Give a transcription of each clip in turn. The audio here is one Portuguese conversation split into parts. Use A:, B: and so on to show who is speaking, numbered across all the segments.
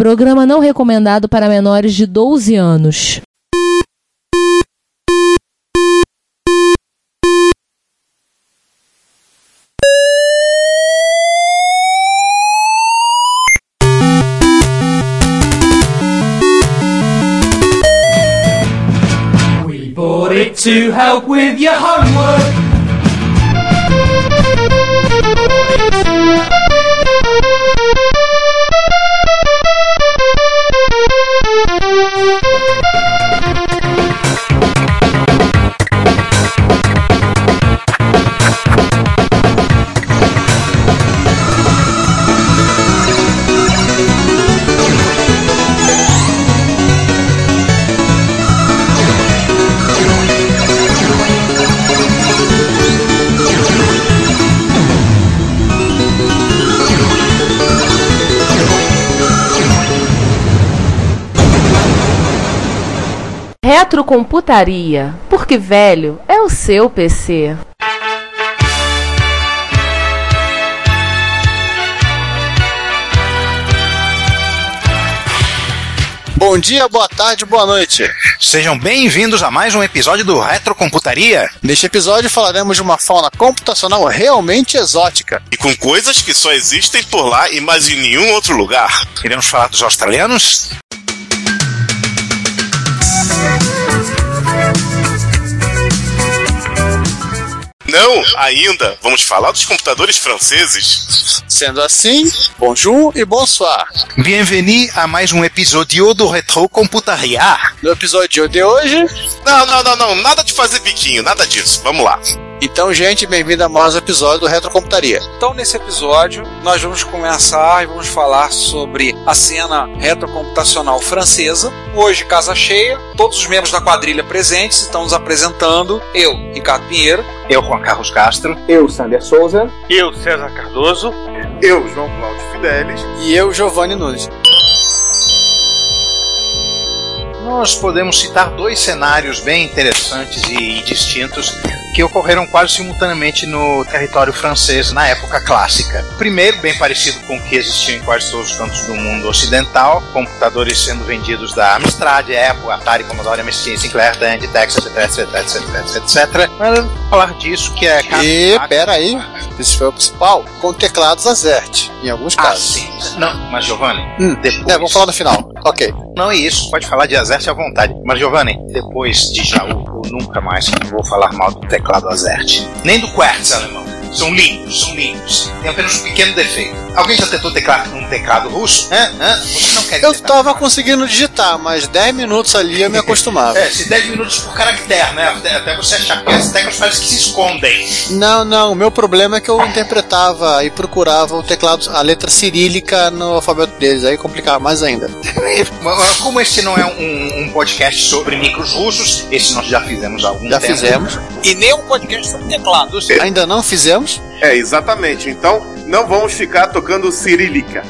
A: Programa não recomendado para menores de 12 anos.
B: We bought it to help with your homework.
C: Retrocomputaria, porque velho é o seu PC.
D: Bom dia, boa tarde, boa noite.
E: Sejam bem-vindos a mais um episódio do Retrocomputaria.
D: Neste episódio falaremos de uma fauna computacional realmente exótica.
F: E com coisas que só existem por lá e mais em nenhum outro lugar.
E: Iremos falar dos australianos,
F: Não, ainda, vamos falar dos computadores franceses.
D: Sendo assim, bonjour e bonsoir.
E: bienvenue a mais um episódio do Retrocomputaria.
D: No episódio de hoje,
F: Não, não, não, não, nada de fazer biquinho, nada disso. Vamos lá.
D: então, gente, bem-vindo a mais um episódio do Retrocomputaria.
G: Então, nesse episódio, nós vamos começar e vamos falar sobre a cena retrocomputacional francesa. Hoje, casa cheia, todos os membros da quadrilha presentes estão nos apresentando. Eu, Ricardo Pinheiro.
E: Eu, Juan Carlos Castro.
H: Eu, Sander Souza.
I: Eu, César Cardoso.
F: Eu, João Cláudio Fidelis.
D: E eu, Giovanni Nunes.
E: Nós podemos citar dois cenários bem interessantes e distintos que ocorreram quase simultaneamente no território francês na época clássica. Primeiro, bem parecido com o que existia em quase todos os cantos do mundo ocidental, computadores sendo vendidos da Amstrad, Apple, Atari, Commodore, MSX, Sinclair, Tandy, Texas, etc, etc, etc, etc, etc. Mas vamos falar disso que é...
D: E, pera aí, esse foi o principal, com teclados azerte, em alguns
E: Ah,
D: casos.
E: sim. Não, mas Giovanni, depois...
D: É, vamos falar no final. Ok.
E: Não é isso, pode falar de Azerte à vontade. Mas, Giovanni, depois de Jaú, eu nunca mais vou falar mal do teclado Azerte. Nem do Quartz alemão. São lindos, são lindos. Tem apenas um pequeno defeito. Alguém já tentou teclar um teclado russo? Hã? Hã? Você não quer
D: Eu
E: tentar-
D: tava conseguindo digitar, mas 10 minutos ali eu me acostumava.
E: É, se 10 minutos por caractere, né? Até, até você achar que as teclas parecem que se escondem.
D: Não, não, o meu problema é que eu interpretava e procurava o teclado, a letra cirílica no alfabeto deles, aí complicava mais ainda.
E: Como esse não é um, um podcast sobre micros russos, esse nós já fizemos há algum
D: Já
E: tempo.
D: fizemos.
G: E nem um podcast sobre teclados.
D: Ainda não fizemos?
J: É, exatamente. Então, não vamos ficar tocando cirílica.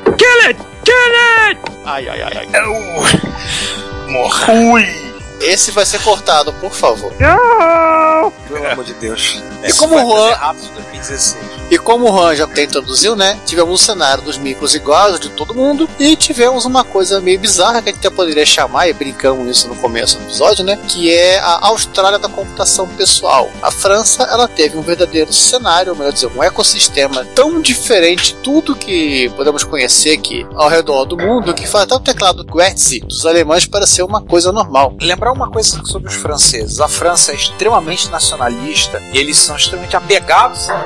D: Ai, ai, ai, ai.
E: Eu- Morra.
D: Esse vai ser cortado, por favor.
G: Pelo amor de Deus.
D: E como, o Juan,
G: rápido 2016.
D: e como o Juan já até introduziu, né? Tivemos o cenário dos micros iguais de todo mundo e tivemos uma coisa meio bizarra que a gente até poderia chamar, e brincamos isso no começo do episódio, né? Que é a Austrália da computação pessoal. A França, ela teve um verdadeiro cenário, ou melhor dizer, um ecossistema tão diferente de tudo que podemos conhecer aqui ao redor do mundo que faz até o teclado Guertz dos alemães parecer uma coisa normal.
G: Lembrar uma coisa sobre os franceses. A França é extremamente nacionalista e eles são extremamente apegados à,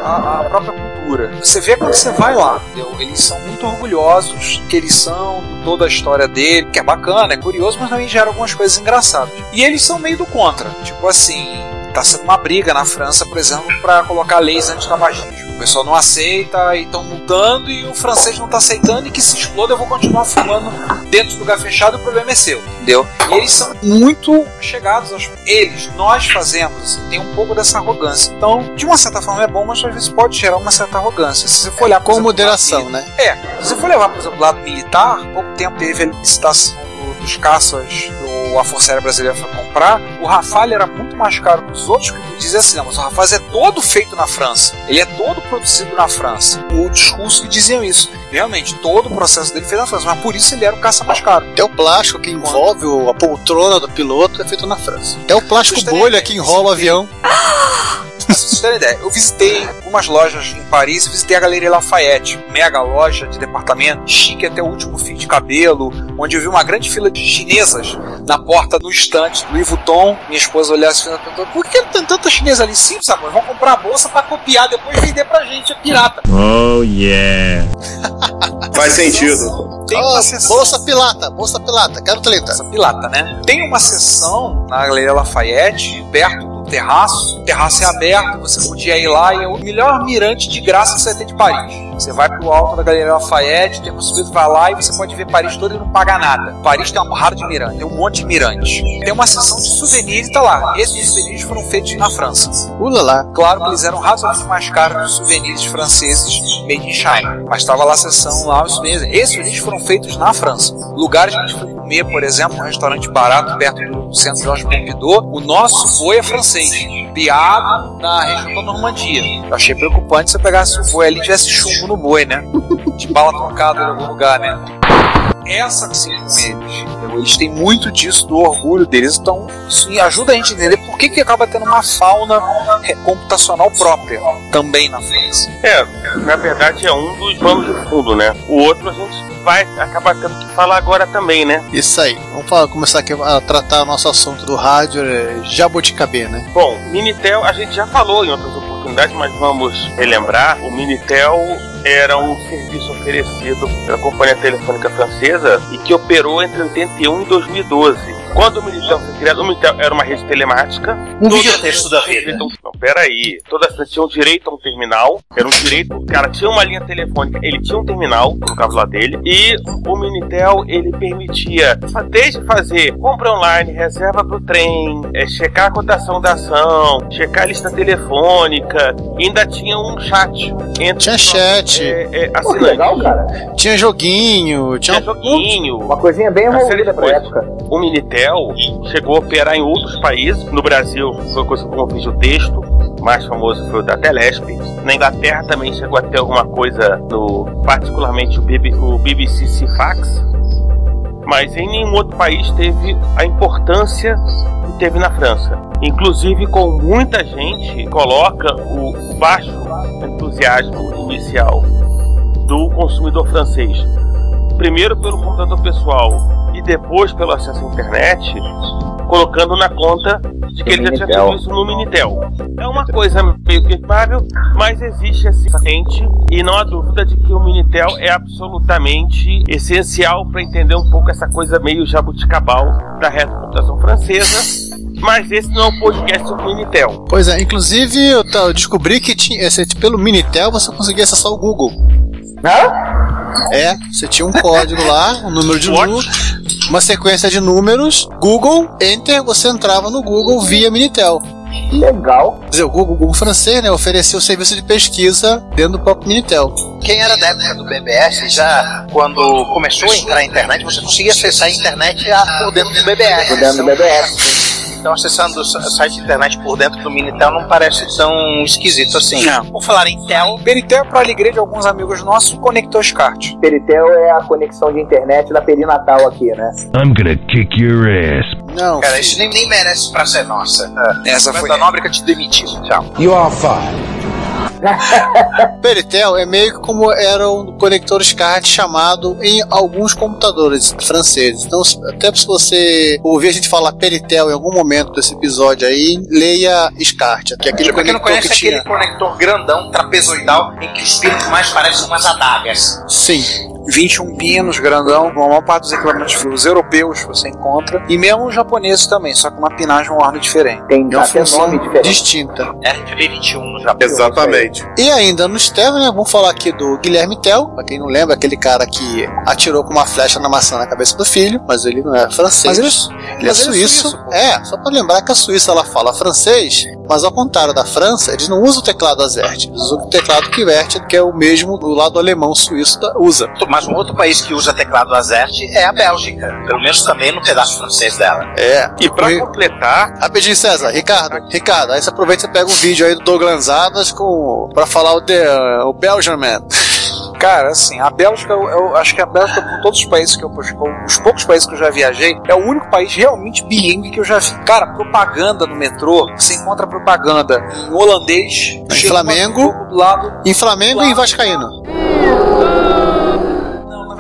G: à própria cultura. Você vê quando você vai lá, entendeu? Eles são muito orgulhosos que eles são, de toda a história dele, que é bacana, é curioso, mas também gera algumas coisas engraçadas. E eles são meio do contra. Tipo assim, tá sendo uma briga na França, por exemplo, para colocar leis anti-tabagismo. O pessoal não aceita e estão multando e o francês não tá aceitando e que se exploda eu vou continuar fumando dentro do lugar fechado o problema é seu, entendeu? E eles são muito chegados aos eles, nós fazemos, assim, tem um pouco dessa arrogância. Então, de uma certa forma é bom, mas às vezes pode gerar uma certa arrogância. Se você for olhar por
D: Com
G: exemplo,
D: moderação, né?
G: é, se você for levar, por exemplo, o lado militar, pouco tempo teve a licitação do- dos caças do o- a Força Aérea Brasileira foi comprar, o Rafale era muito mais caro que os outros, que dizia assim, não, mas o Rafale é todo feito na França, ele é todo produzido na França. O discurso que diziam isso. Realmente, todo o processo dele foi na França, mas por isso ele era o caça mais caro.
D: Até o plástico que envolve o- a poltrona do piloto é feito na França. Até o plástico
G: Gostaria-
D: bolha que enrola o avião.
G: Pra vocês terem ideia, eu visitei algumas lojas em Paris, visitei a Galeria Lafayette, mega loja de departamento, chique até o último fio de cabelo, onde eu vi uma grande fila de chinesas na porta do estante do Louis Vuitton. Minha esposa olhava assim e perguntou, por que tem tanta chinesa ali? Sim, sabe? Vão comprar a bolsa pra copiar, depois vender pra gente, é pirata.
K: Oh yeah.
L: Faz sentido.
G: Tem
D: Ah,
G: uma sessão...
D: bolsa pilata, bolsa pilata, quero 30.
G: essa pilata, né? Tem uma sessão na Galeria Lafayette, perto do terraço. O terraço é aberto, você podia ir lá e é o melhor mirante de graça que você vai ter de Paris. Você vai pro alto da Galeria Lafayette, tem uma subida, vai lá e você pode ver Paris toda e não paga nada. Paris tem uma porrada de mirante, tem um monte de mirante. Tem uma sessão de souvenirs e tá lá. Esses souvenirs foram feitos na França.
D: Ula lá.
G: Claro que eles eram razoavelmente mais caros que os souvenirs franceses made in China. Mas estava lá a sessão lá, os souvenirs. Esses souvenirs foram feitos na França. Lugares que a gente foi comer, por exemplo, um restaurante barato perto do centro Jorge Pompidou, o nosso foi a francês. Piado na região da Normandia. Eu achei preocupante se eu pegasse o boi ali e tivesse chumbo no boi, né? De bala trocada em algum lugar, né? essa que se com eles. entendeu? Eles têm muito disso, do orgulho deles, então isso ajuda a gente a entender por que, que acaba tendo uma fauna eh, computacional própria também na França.
J: É, na verdade é um dos planos de fundo, né? O outro a gente vai acabar tendo que falar agora também, né?
D: Isso aí. Vamos falar- começar aqui a tratar o nosso assunto do rádio, é jabuticabê, né?
J: Bom, Minitel a gente já falou em outras oportunidades, mas vamos relembrar. O Minitel era um serviço oferecido pela companhia telefônica francesa e que operou entre 81 e 2012. Quando o Minitel foi criado, o Minitel era uma rede telemática.
E: Um videotexto da vida.
J: Então, não, peraí. Toda a tinha um direito a um terminal. Era um direito. O cara tinha uma linha telefônica, ele tinha um terminal, no caso lá dele. E o Minitel, ele permitia fa- desde fazer compra online, reserva pro trem, é, checar a cotação da ação, checar a lista telefônica. E ainda tinha um chat entre
D: Tinha
J: os-
D: chat.
J: É, é, assinantes.
D: Tinha joguinho, tinha.
J: Tinha joguinho.
M: coisinha É bem
J: Uma série de
M: evoluída pra
J: coisas.
M: época. né?
J: O Minitel chegou a operar em outros países. No Brasil foi coisa como o texto, mais famoso foi o da Telesp. Na Inglaterra também chegou a ter alguma coisa no particularmente o, BB, o BBC Cifax. Mas em nenhum outro país teve a importância que teve na França. Inclusive com muita gente coloca o baixo entusiasmo inicial do consumidor francês. Primeiro pelo computador pessoal e depois pelo acesso à internet, colocando na conta de que
M: No
J: ele já tinha
M: Minitel.
J: feito isso no Minitel. É uma coisa meio questionável, mas existe essa frente e não há dúvida de que o Minitel é absolutamente essencial para entender um pouco essa coisa meio jabuticabal da retrocomputação francesa. Mas esse não é o podcast do Minitel.
D: Pois é, inclusive eu, ta- eu descobri que tinha, esse- pelo Minitel você conseguia acessar o Google.
M: Hã?
D: É, você tinha um código lá, um número de
J: What?
D: número, uma sequência de números, Google, Enter, você entrava no Google via Minitel.
M: Legal.
D: Quer dizer, o Google, o Google francês, né, ofereceu o serviço de pesquisa dentro do próprio Minitel.
E: Quem era da época do BBS já, quando começou a entrar a internet, você conseguia acessar a internet ah, por dentro do BBS.
M: Tô dentro do BBS.
E: Então, acessando o sa- site de internet por dentro do Minitel não parece tão esquisito assim.
G: Não.
E: Por falar em Tel,
G: O Benitel, para é alegria de alguns amigos nossos, conectou os cartes.
M: Peritel é a conexão de internet da perinatal aqui, né?
K: I'm gonna kick your ass.
D: Não,
E: cara, isso nem, nem merece pra ser nossa.
G: É, Essa foi
E: da
G: da
E: Nóbrega te demitiu. Tchau.
D: Peritel é meio que como era um conector SCART chamado em alguns computadores franceses. Então, se- até se você ouvir a gente falar Peritel em algum momento desse episódio aí, leia SCART, que é aquele
E: Pra quem não
D: conector
E: conhece,
D: que
E: é aquele
D: tinha.
E: conector grandão, trapezoidal, em que os pinos mais parecem umas adagas.
D: Sim.
G: 21 pinos, grandão, a maior parte dos equipamentos frios europeus você encontra, e mesmo os japoneses também, só com uma pinagem um ar diferente.
M: Tem
D: É uma
M: até
D: função
M: nome diferente.
D: distinta.
E: RGB21 no Japão.
L: Exatamente.
D: E ainda nos Tel, né? Vamos falar aqui do Guilherme Tel, pra quem não lembra, aquele cara que atirou com uma flecha na maçã na cabeça do filho, mas ele não é francês.
G: Mas ele-
D: Ele é
G: mas ele é
D: suíço.
G: suíço, pô.
D: é, só pra lembrar que a Suíça ela fala francês, mas ao contrário da França, eles não usam o teclado Azerte, eles usam o teclado Kivert, que é o mesmo do lado alemão suíço da, usa.
E: Mas Mas um outro país que usa teclado Azerte é a Bélgica. Pelo menos também no pedaço francês dela.
D: É.
I: E pra completar.
D: Rapidinho, César. Ricardo, Ricardo, aí você aproveita e pega um vídeo aí do Douglas Adams com, pra falar o, The, o Belgian Man.
G: Cara, assim, a Bélgica, eu, eu acho que a Bélgica, por todos os países que eu, por- os poucos países que eu já viajei, é o único país realmente bilingue que eu já vi. Cara, propaganda no metrô, você encontra propaganda em holandês,
D: Em
G: chega
D: Flamengo.
G: um do lado,
D: Em Flamengo e em Vascaíno.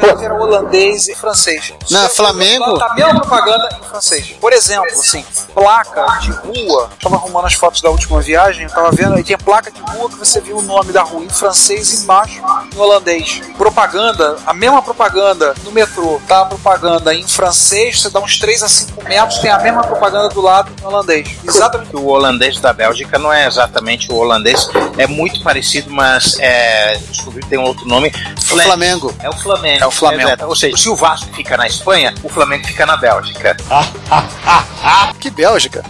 G: na verdade era holandês e francês.
D: Na
G: Você-
D: Flamengo?
G: Tá a mesma propaganda em francês. Por exemplo, assim, placa de rua. Tava arrumando as fotos da última viagem, eu tava vendo, aí tinha placa de rua que você viu o nome da rua em francês e embaixo em holandês. Propaganda, a mesma propaganda no metrô, tá a propaganda em francês, você dá uns 3 a 5 metros, tem a mesma propaganda do lado em holandês. Exatamente.
E: O holandês da Bélgica não é exatamente o holandês, é muito parecido, mas é, descobri que tem um outro nome.
D: O Flamengo.
E: É o Flamengo.
D: É o Flamengo.
E: Exato. Ou seja, se o Vasco fica na Espanha, o Flamengo fica na Bélgica.
D: Que Bélgica.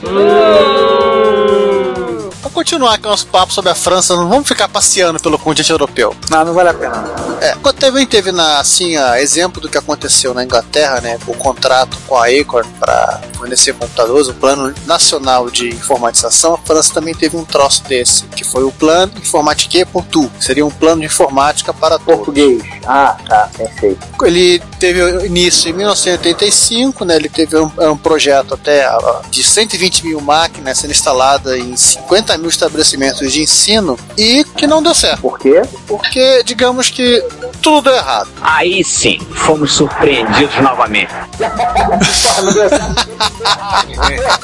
D: Vamos continuar com o nosso papo sobre a França, não vamos ficar passeando pelo continente europeu.
G: Não, não vale a pena.
D: É, quando também teve na, assim, a exemplo do que aconteceu na Inglaterra, né, com o contrato com a Acorn para fornecer computadores, o Plano Nacional de Informatização, a França também teve um troço desse, que foi o Plano Informatique pour tout, que seria um plano de informática para todos.
N: Português. Ah, tá, pensei.
D: Ele teve início em 1985, né? Ele teve um, um projeto até ah, de 120 mil máquinas sendo instaladas em 50 mil estabelecimentos de ensino e que não deu certo,
N: Por quê?
D: porque digamos que tudo deu errado.
B: Aí sim, fomos surpreendidos novamente.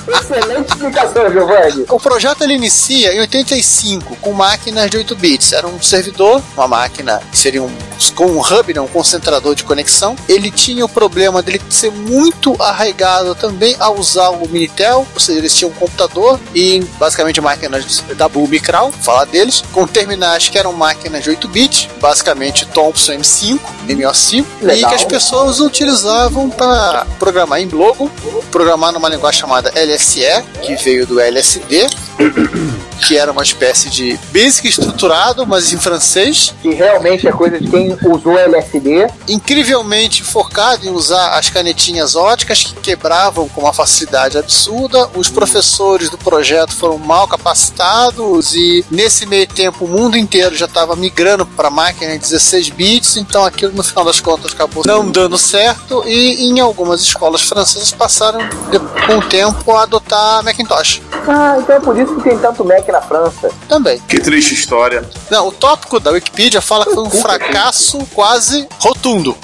N: Excelente explicação, Giovanni.
D: O projeto ele inicia em 85 com máquinas de 8 bits. Era um servidor, uma máquina que seria um com um hub, né, um concentrador de conexão. Ele tinha o problema dele ser muito arraigado também a usar o Minitel, ou seja, eles tinham um computador e basicamente máquinas da Bull Micral, falar deles, com terminais que eram máquinas de 8 bits, basicamente Thompson M5, MO5, e
N: Legal.
D: que as pessoas utilizavam para programar em Blogo, programar numa linguagem chamada LSE, que veio do LSD, que era uma espécie de basic estruturado, mas em francês,
N: Que realmente é coisa de quem usou LSD.
D: incrivelmente focado em usar as canetinhas óticas que quebravam com uma facilidade absurda. Os professores do projeto foram mal capacitados e nesse meio tempo o mundo inteiro já estava migrando para máquina em 16 bits, então aquilo no final das contas acabou não dando certo e em algumas escolas francesas passaram de- com o tempo a adotar Macintosh
N: Ah, então é por isso que tem tanto Mac na França.
D: também.
J: Que triste história.
D: Não, o tópico da Wikipedia fala que foi um fracasso quase rotundo.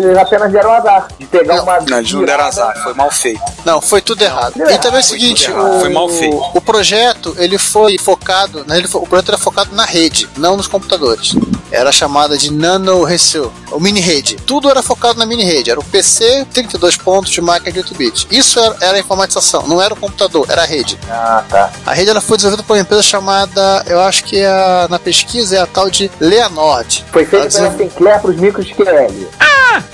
N: Eles apenas deram azar de pegar uma.
G: Não, eles não deram azar, foi mal feito.
D: Não, foi tudo errado. E também é o seguinte,
G: tudo errado.
D: o,
G: Foi mal feito.
D: o projeto ele foi focado, né, ele foi- o projeto era focado na rede, não nos computadores. Era chamada de nano reseu, ou mini rede. Tudo era focado na mini rede. Era o PC, 32 pontos de máquina de 8 bits. Isso era, era a informatização, não era o computador, era a rede.
N: Ah, tá.
D: A rede ela foi desenvolvida por uma empresa chamada, eu acho que é a- na pesquisa é a tal de Leanord.
N: Foi feito
D: Ela
N: pela Sinclair pros micros QL.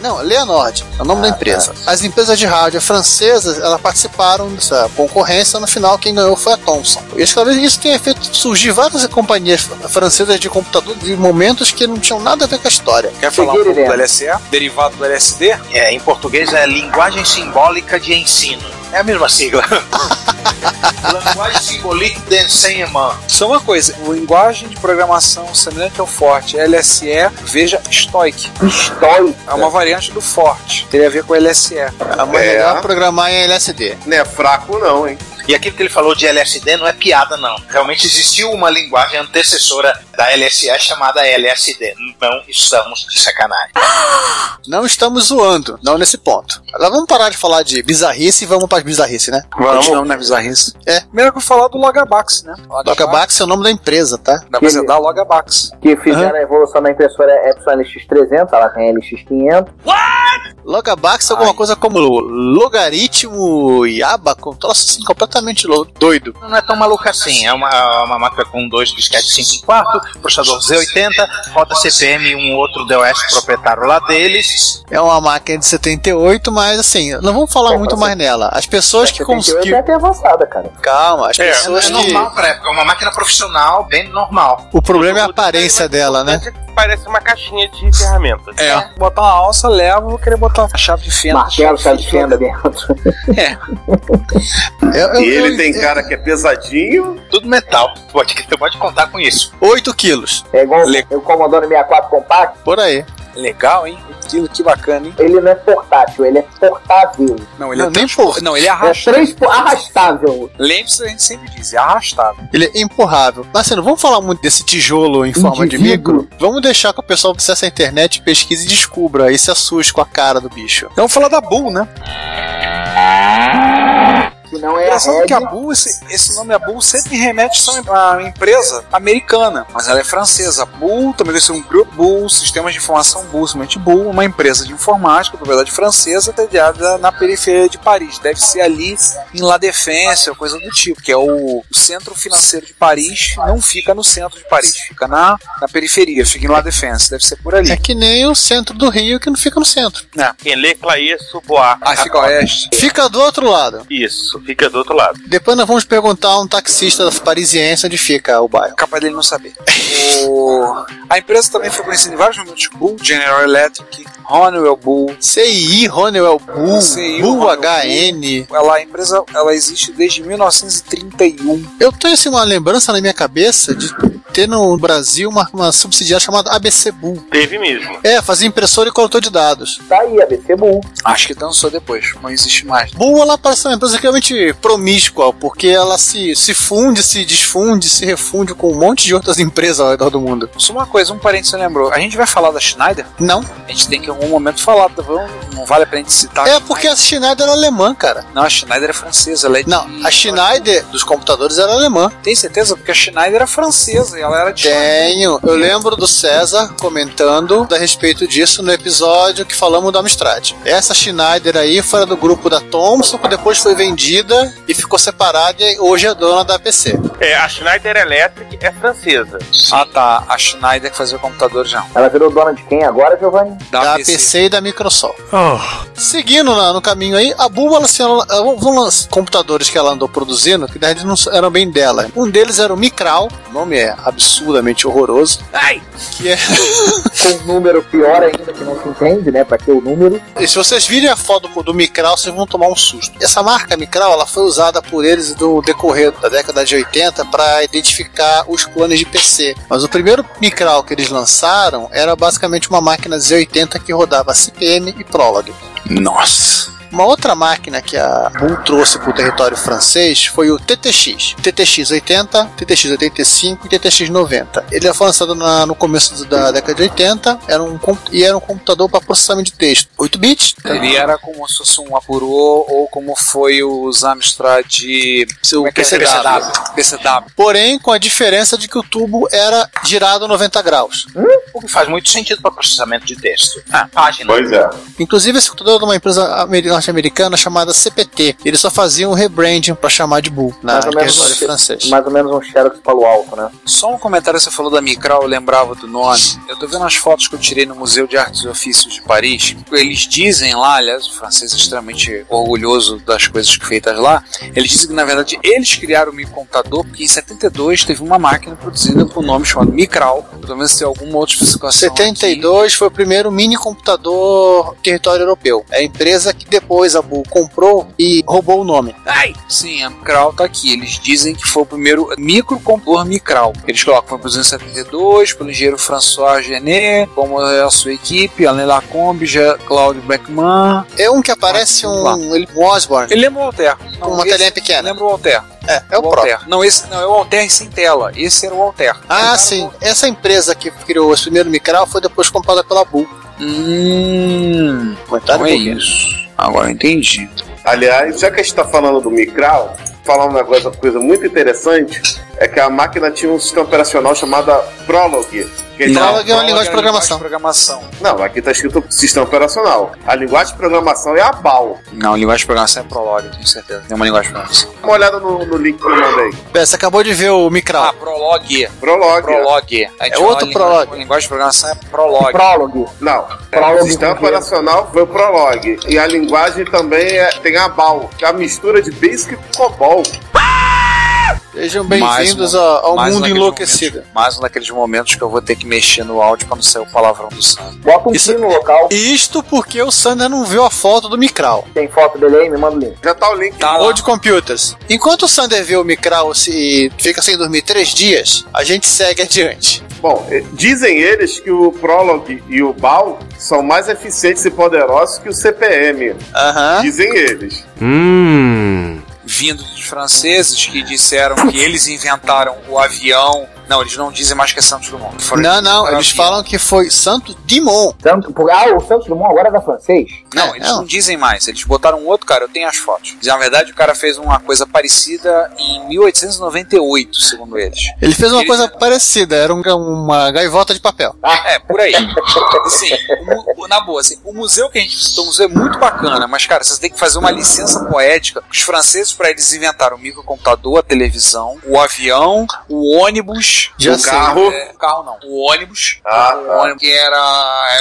D: Não, Leonord, é o nome da empresa. As empresas de rádio francesas, elas participaram dessa concorrência, no final quem ganhou foi a Thomson. E acho que talvez isso tenha feito surgir várias companhias francesas de computador de momentos que não tinham nada a ver com a história.
G: Quer falar um
N: Seguir
G: pouco do
N: ideia.
G: LSE? Derivado do LSD?
E: É, em português é linguagem simbólica de ensino. É a mesma sigla. linguagem simbólica de enseignement.
G: Só uma coisa, linguagem de programação semelhante ao Forte, LSE, veja Stoic.
N: Stoic.
G: É uma variante do Forte. Teria a ver com LSE.
D: A mais
J: É.
D: legal é programar em LSD.
J: Não é fraco, não, hein?
E: E aquilo que ele falou de LSD não é piada, não. Realmente existiu uma linguagem antecessora da LSE chamada LSD. Não estamos de sacanagem.
D: Não estamos zoando, não nesse ponto. Agora vamos parar de falar de bizarrice e vamos para as bizarrice, né?
G: Continuamos na bizarrice.
D: É.
G: Primeiro que eu vou falar do Logabax, né?
D: Logabax é o nome da empresa, tá?
G: Não, mas é da Logabax.
N: Que fizeram a evolução da impressora Epson LX300, ela tem a LX500.
D: Logabax é alguma coisa como logaritmo e abaco, um troço assim completamente lou- doido.
E: Não é tão maluco assim. É uma, uma máquina com dois disquetes 5 e 4, processador Z80, roda CPM e um outro DOS proprietário lá deles.
D: É uma máquina de 78, mas assim, não vamos
N: É,
D: falar muito mais nela. As pessoas que
N: que...
D: conseguiram.
N: até é avançada, cara.
D: Calma, as
E: É,
D: pessoas
E: é
D: que.
E: normal pra época, é uma máquina profissional, bem normal.
D: O problema é a aparência dela, né?
I: Parece uma caixinha de ferramentas.
D: É.
G: Botar uma alça, leva, vou querer botar uma chave de fenda.
N: Martelo, chave de fenda dentro.
D: Eu, eu,
J: E ele
D: eu-
J: tem cara que é pesadinho.
E: Tudo metal. Pode, você pode contar com isso.
D: 8 quilos,
N: É igual
G: Le-
N: o Commodore 64 compacto,
D: por aí.
G: Legal, hein? Aquilo, que bacana, hein?
N: ele não é portátil, ele é portável.
G: Não, ele
D: Não,
G: é
D: nem
G: transpor-
D: por-
G: Não, ele é
N: É
G: arrastado.
N: três arrastável.
G: Lembre-se, a gente sempre diz, é arrastado.
D: Ele é empurrável. Mas assim, não vamos falar muito desse tijolo em forma de
N: Indivíduo.
D: micro. Vamos deixar que o pessoal acesse a internet, pesquise e descubra. Aí se assuste com a cara do bicho.
G: Vamos falar da Bull, né?
N: Se não é a
G: Engraçado que a
N: Red,
G: Bull, esse, esse nome a Bull sempre remete a uma empresa americana, mas ela é francesa. Bull também deve ser um grupo Bull, sistemas de informação Bull, somente Bull, uma empresa de informática, propriedade francesa, sediada na periferia de Paris. Deve ser ali em La Défense ou coisa do tipo, que é o centro financeiro de Paris, não fica no centro de Paris, fica na, na periferia, fica em La Défense, deve ser por ali.
D: É que nem o centro do Rio que não fica no centro.
I: Quem lê Claesso Boar.
G: Aí fica a oeste.
D: Fica do outro lado.
I: Isso, fica do outro lado.
D: Depois nós vamos perguntar a um taxista parisiense onde fica o bairro.
G: capaz dele não saber. O- A empresa também foi conhecida em vários momentos Bull, General Electric, Honeywell Bull.
D: CI, Honeywell Bull,
G: CI,
D: Bull HN.
G: Honeywell Ela, a empresa ela existe desde 1931.
D: Eu tenho assim, uma lembrança na minha cabeça de ter no Brasil uma, uma subsidiária chamada ABC Bull.
I: Teve mesmo.
D: É, fazia impressora e coletor de dados.
N: tá aí, ABC Bull.
G: Acho que dançou depois, não existe mais.
D: Bull ela parece uma empresa realmente promíscua, porque ela se, se funde, se desfunde, se refunde com um monte de outras empresas ao redor do mundo.
G: Só uma coisa, um parente você lembrou. A gente vai falar da Schneider?
D: Não.
G: A gente tem que em algum momento falar, tá bom? não vale pra gente citar.
D: É porque a Schneider era alemã, cara.
G: Não, a Schneider é francesa. Ela é de-
D: Não, a Schneider dos computadores era alemã.
G: Tem certeza? Porque a Schneider era francesa e ela era de.
D: Tenho. Eu lembro do César comentando a respeito disso no episódio que falamos da Amstrad. Essa Schneider aí foi do grupo da Thomson, que depois foi vendida e ficou separada e hoje é dona da APC.
I: É, a Schneider Electric é francesa.
G: Ah tá, a Schneider que fazia computadores não.
N: Ela virou dona de quem agora, Giovanni?
D: da
G: PC.
D: PC e da Microsoft. Seguindo na- no caminho aí, a Bull, ela, assim, ela- ela- vão lançar computadores que ela andou produzindo, que na verdade não eram bem dela. Um deles era o Micral, o nome é absurdamente horroroso. Que é,
N: Com um número pior ainda que não se entende, né? Pra ter o número.
D: e se vocês virem a foto do, do Micral, vocês vão tomar um susto. Essa marca Micral, ela foi usada por eles no decorrer da década de 80 para identificar os clones de PC. Mas o primeiro Micral que eles lançaram era basicamente uma máquina Z80 que rodava CPM e Prolog.
G: Nossa.
D: Uma outra máquina que a Bull trouxe para o território francês foi o TTX. TTX-80, TTX-85 e TTX-90. Ele foi lançado na- no começo do- da década de 80 era um, com- e era um computador para processamento de texto. 8 bits.
G: Ele era como se fosse um Apuro ou como foi os Amstrad de
D: Seu
G: é que é?
D: PCW.
G: PCW.
D: Porém, com a diferença de que o tubo era girado 90 graus.
E: O que faz muito sentido para processamento de texto. Ah, página.
J: Pois é.
D: Inclusive, esse computador era de uma empresa amer- norte-americana chamada CPT. Ele só fazia um rebranding para chamar de Bull na
N: Mais ou menos
D: território
N: um-
D: francês.
N: Mais ou menos um Xerox Palo Alto, né?
G: Só um comentário que você falou da Micral, eu lembrava do nome. Eu tô vendo as fotos que eu tirei no Museu de Artes e Ofícios de Paris. Eles dizem lá, aliás, o francês é extremamente orgulhoso das coisas feitas lá. Eles dizem que, na verdade, eles criaram o microcomputador porque em 72 teve uma máquina produzida com o nome chamado Micral. Pelo menos tem alguma outra explicação. aqui.
D: 72 foi o primeiro mini computador território europeu. É a empresa que depois a Bull comprou e roubou o nome.
G: Sim, a Micral tá aqui. Eles dizem que foi o primeiro microcomputador Micral. Eles colocam foi produzido em 72 pelo engenheiro François Genet, como é a sua equipe, Alain Lacombe, Jean- Claude Beckman.
D: É um que aparece um, ele, um Osborne
G: Ele lembra o Alter. Não,
D: com uma
G: esse-
D: telinha pequena.
G: Lembra o Alter.
D: É, é o próprio.
G: Altair. Não, esse não é o Alter sem tela. Esse era o Alter.
D: Ah, sim. Essa empresa que criou esse primeiro Micral foi depois comprada pela Bull.
G: Hum.
D: Comentário
G: Então é
D: do Guilherme.
G: isso. Agora eu entendi.
J: Aliás, já que a gente tá falando do Micral, falar uma coisa, coisa muito interessante. é que a máquina tinha um sistema operacional chamado Prolog. que
D: Não,
J: era-
D: Prolog é uma linguagem de programação.
J: Não, aqui tá escrito sistema operacional. A linguagem de programação é a BAL.
D: Não, linguagem de programação é Prolog, tenho certeza.
G: É
D: Tem uma linguagem de programação.
J: Dá uma olhada no, no link que eu mandei.
D: Pera, você acabou de ver o Micral. Ah,
G: Prolog.
J: Prolog.
G: Prolog. A gente
D: É outro
G: fala
D: Prolog.
G: linguagem- Linguagem de programação é Prolog.
J: Prólogo. Não. é,
G: Prólogo
J: o sistema
G: porque-
J: operacional foi o Prolog. E a linguagem também é- tem a BAL, que é a mistura de Basic com COBOL.
D: Sejam
G: Mais
D: bem-vindos
G: um-
D: ao, ao
G: mais um
D: mundo
G: daqueles
D: enlouquecido.
G: momentos- mais um daqueles momentos que eu vou ter que mexer no áudio pra não sair o palavrão do Sandro.
D: Bota um Isso, no local. Isto porque o Sander não viu a foto do Micral. Tem foto dele aí? Me manda o link.
J: Já tá o link.
D: Tá Old Computers. Enquanto o Sander vê o Micral se- e fica sem dormir três dias, a gente segue adiante.
J: Bom, eh, dizem eles que o Prolog e o BAL são mais eficientes e poderosos que o CPM. Dizem eles.
O: Hum.
G: Vindo dos franceses que disseram que eles inventaram o avião. Não, eles não dizem mais que é Santos Dumont. Foram-
D: Não, não, eles falam que foi Santo Dimon.
N: Santo, por- ah, o Santos Dumont agora é da francês?
G: Não, eles não. dizem mais. Eles botaram um outro cara, eu tenho as fotos. Na verdade, o cara fez uma coisa parecida em 1898, segundo eles.
D: Ele fez uma coisa parecida, era um ga- uma gaivota de papel.
G: É, por aí. Assim, o mu- na boa, assim, o museu que a gente visitou, o museu é muito bacana, mas, cara, você tem que fazer uma licença poética. Os franceses, pra eles, inventaram o microcomputador, a televisão, o avião, o ônibus,
E: Já
G: o
E: sei.
G: carro. É, o carro não, o ônibus.
D: Ah,
G: o
D: tá.
G: ônibus que era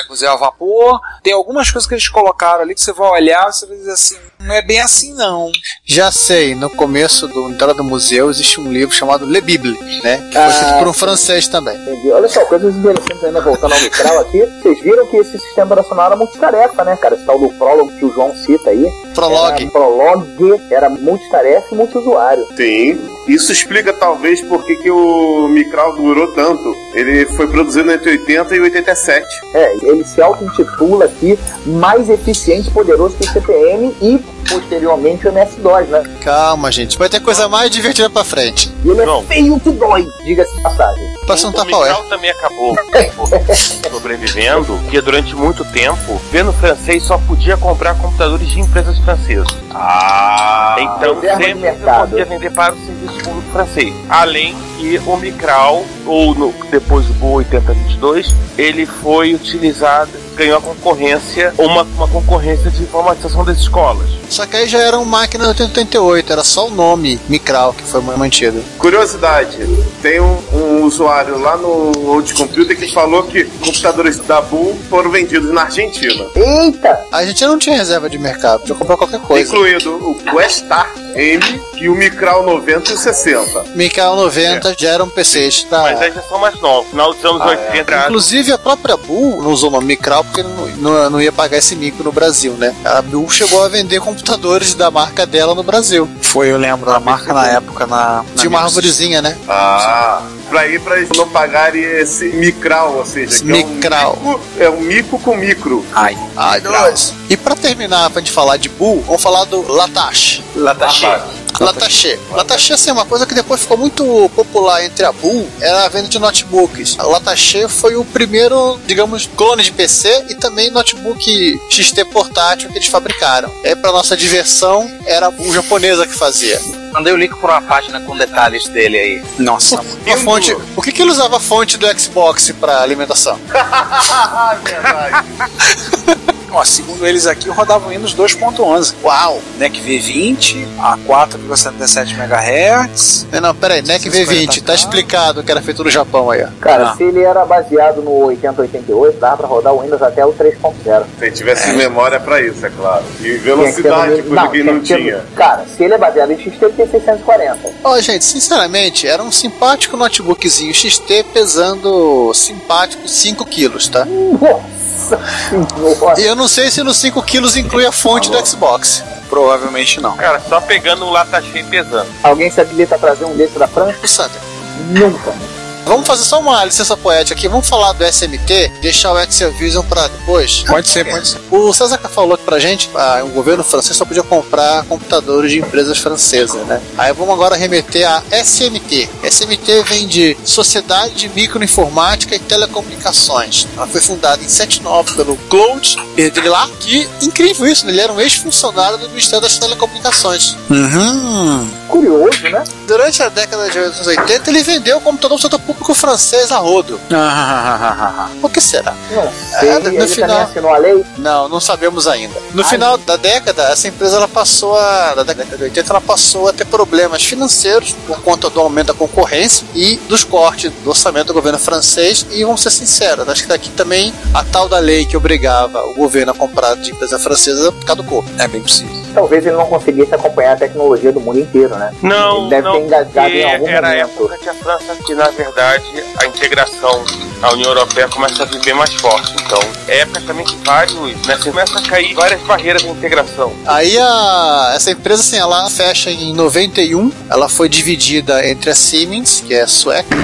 G: é, museu a vapor. Tem algumas coisas que eles colocaram ali que você vai olhar e você vai dizer assim, não é bem assim, não.
D: Já sei, no começo do entrada do museu existe um livro chamado Le Bible, né? Que foi
N: Ah,
D: escrito por um
N: sim.
D: francês também.
N: Entendi. Olha só, coisas interessantes ainda voltando ao Micral aqui. Vocês viram que esse sistema operacional era multitarefa, né, cara? Esse tal do prólogo que o João cita aí.
D: Prolog.
N: Era, prolog era multitarefa e multiusuário.
J: Sim. Isso explica talvez por que que o Micral durou tanto. Ele foi produzido entre 80 e 87.
N: É, ele se auto-intitula aqui mais eficiente e poderoso que o CPM e, posteriormente, o MS-DOS, né?
D: Calma, gente, vai ter coisa mais divertida pra frente.
N: E ele é feio que dói, diga-se de passagem.
D: Passa um
I: o Miguel também acabou pô, sobrevivendo, porque durante muito tempo, o governo francês só podia comprar computadores de empresas francesas. Ah! Então
N: reserva de
I: sempre
N: mercado.
I: podia vender para o serviço público francês. Além que o Micral, ou no- depois do Boa 8022, ele foi utilizado, ganhou a concorrência, uma, uma concorrência de informatização das escolas.
D: Só que aí já era uma máquina 88, era só o nome Micral que foi mantido.
J: Curiosidade, tem um, um usuário lá no Old Computer que falou que computadores da Bull foram vendidos na Argentina.
N: Eita!
D: A gente não tinha reserva de mercado, podia comprar qualquer coisa.
J: Incluindo o Questar M e o Micral 90 e o 60.
D: Micral 90 já um eram PCs da.
N: Ah.
I: Mas aí já são mais novos. Final dos
N: é.
I: anos 80,
D: Inclusive a própria Bull não usou o nome Micral porque não, não, não ia pagar esse mico no Brasil, né? A Bull chegou a vender computadores da marca dela no Brasil.
G: Foi, eu lembro, a marca na época na.
D: Tinha uma arvorezinha, né?
J: Ah, pra ir pra eles não pagarem esse micral, ou seja, que
D: Micral.
J: É, um mico, é um mico com micro.
G: Ai,
D: Ai, nós. E pra terminar, pra gente falar de Bull, vamos falar do Latache.
G: Latache.
D: Latache. Latache, tá assim, uma coisa que depois ficou muito popular entre a Bull era a venda de notebooks. A Latache foi o primeiro, digamos, clone de PC e também notebook XT portátil que eles fabricaram. É pra nossa diversão, era a Bull japonesa que fazia.
P: Mandei o link pra uma página com detalhes dele aí.
G: Nossa,
D: A fonte, o que que ele usava a fonte do Xbox pra alimentação?
G: Ó, segundo eles aqui, rodava o Windows 2.11.
D: Uau!
G: NEC V20 a 4,77 MHz.
D: É, Não, não, peraí, NEC V20, tá explicado que era feito no Japão aí, ó.
N: Cara, se ele era baseado no 8088, dava pra rodar o Windows até o 3.0.
J: Se ele tivesse memória pra isso, é claro. E
N: Tinha
J: velocidade,
N: que ter no-
J: coisa que não
N: tinha que ter
J: tinha.
N: no- Cara, se ele é baseado em XT, ele tem 640.
D: Ó, gente, sinceramente, era um simpático notebookzinho XT pesando simpático 5 quilos, tá? E eu não sei se nos 5 quilos inclui a fonte do Xbox.
G: Provavelmente não.
I: Cara, só pegando o lata cheio e pesando.
N: Alguém se habilita a trazer um desses da França?
D: O Sander.
N: Nunca.
D: Vamos fazer só uma licença poética aqui. Vamos falar do SMT, deixar o Excel Vision pra depois.
G: Pode ser, pode ser.
D: O César que falou aqui pra gente, ah, o governo francês só podia comprar computadores de empresas francesas, né? Aí vamos agora remeter a SMT. SMT vem de Sociedade de Microinformática e Telecomunicações. Ela foi fundada em 79 pelo Claude Baudrillard, que incrível isso, né? ele era um ex-funcionário do Ministério das Telecomunicações.
G: Uhum.
N: curioso, né?
D: Durante a década de 80, ele vendeu o computador para o setor público francês a
G: Ah,
D: rodo. o que será?
N: Não
D: É,
N: sei,
D: no
N: ele
D: final-
N: também assinou a lei.
D: Não, não sabemos ainda. No final da década, essa empresa ela passou a, da década de 80, ela passou a ter problemas financeiros por conta do aumento da concorrência e dos cortes do orçamento do governo francês. E vamos ser sinceros, acho que daqui também a tal da lei que obrigava o governo a comprar de empresa francesa caducou. É bem possível.
N: Talvez ele não conseguisse acompanhar a tecnologia do mundo inteiro, né?
I: Não,
N: Ele deve
I: não,
N: ter engasgado
I: porque
N: em algum
I: era a
N: momento.
I: época que a França, que na verdade a integração à União Europeia começa a viver mais forte. Então, é época também que vários, né, começa a cair várias barreiras de integração.
D: Aí a, essa empresa, assim, ela fecha em 91. Ela foi dividida entre a Siemens, que é sueca,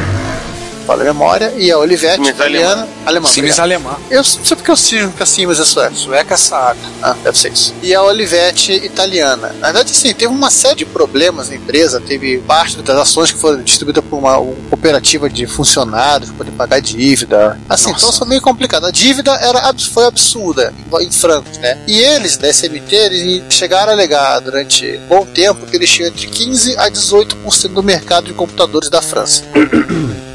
D: fala a memória, e a Olivetti,
G: Siemens é
D: italiana,
G: alemã.
D: alemã.
G: Siemens
D: obrigado.
G: alemã.
D: Eu sei porque eu sinto que a Siemens é sueca.
G: Sueca sabe.
D: Ah, deve ser isso. E a Olivetti italiana. Na verdade, sim, teve uma série de problemas na empresa. Teve parte das ações que foram distribuídas por uma, uma cooperativa de funcionários para poder pagar dívida. Assim, então isso é meio complicado. A dívida era, abs- foi absurda em francos, né? E eles, da SMT, eles chegaram a alegar durante um bom tempo que eles tinham entre 15% a 18% do mercado de computadores da França.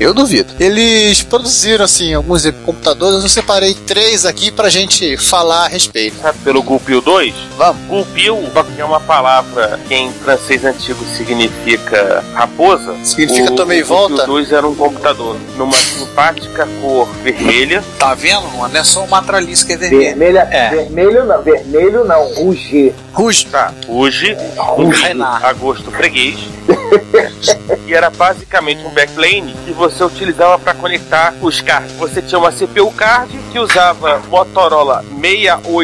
D: Eu duvido. Eles produziram, assim, alguns computadores. Eu separei três aqui pra gente falar a respeito.
I: Sabe pelo Goupil 2?
D: Vamos.
I: Goupil é uma palavra que em francês antigo significa raposa.
D: Significa
I: o,
D: tomei
I: o Goupil
D: volta?
I: 2 era um computador numa simpática cor vermelha.
G: Tá vendo? Não é só uma traliça que é vermelha.
N: Vermelha, vermelho não, vermelho não, ruge.
D: Ruge.
I: Tá, hoje, hoje agosto freguês. e era basicamente um backlane que você utilizava para conectar os cards. Você tinha uma CPU card que usava Motorola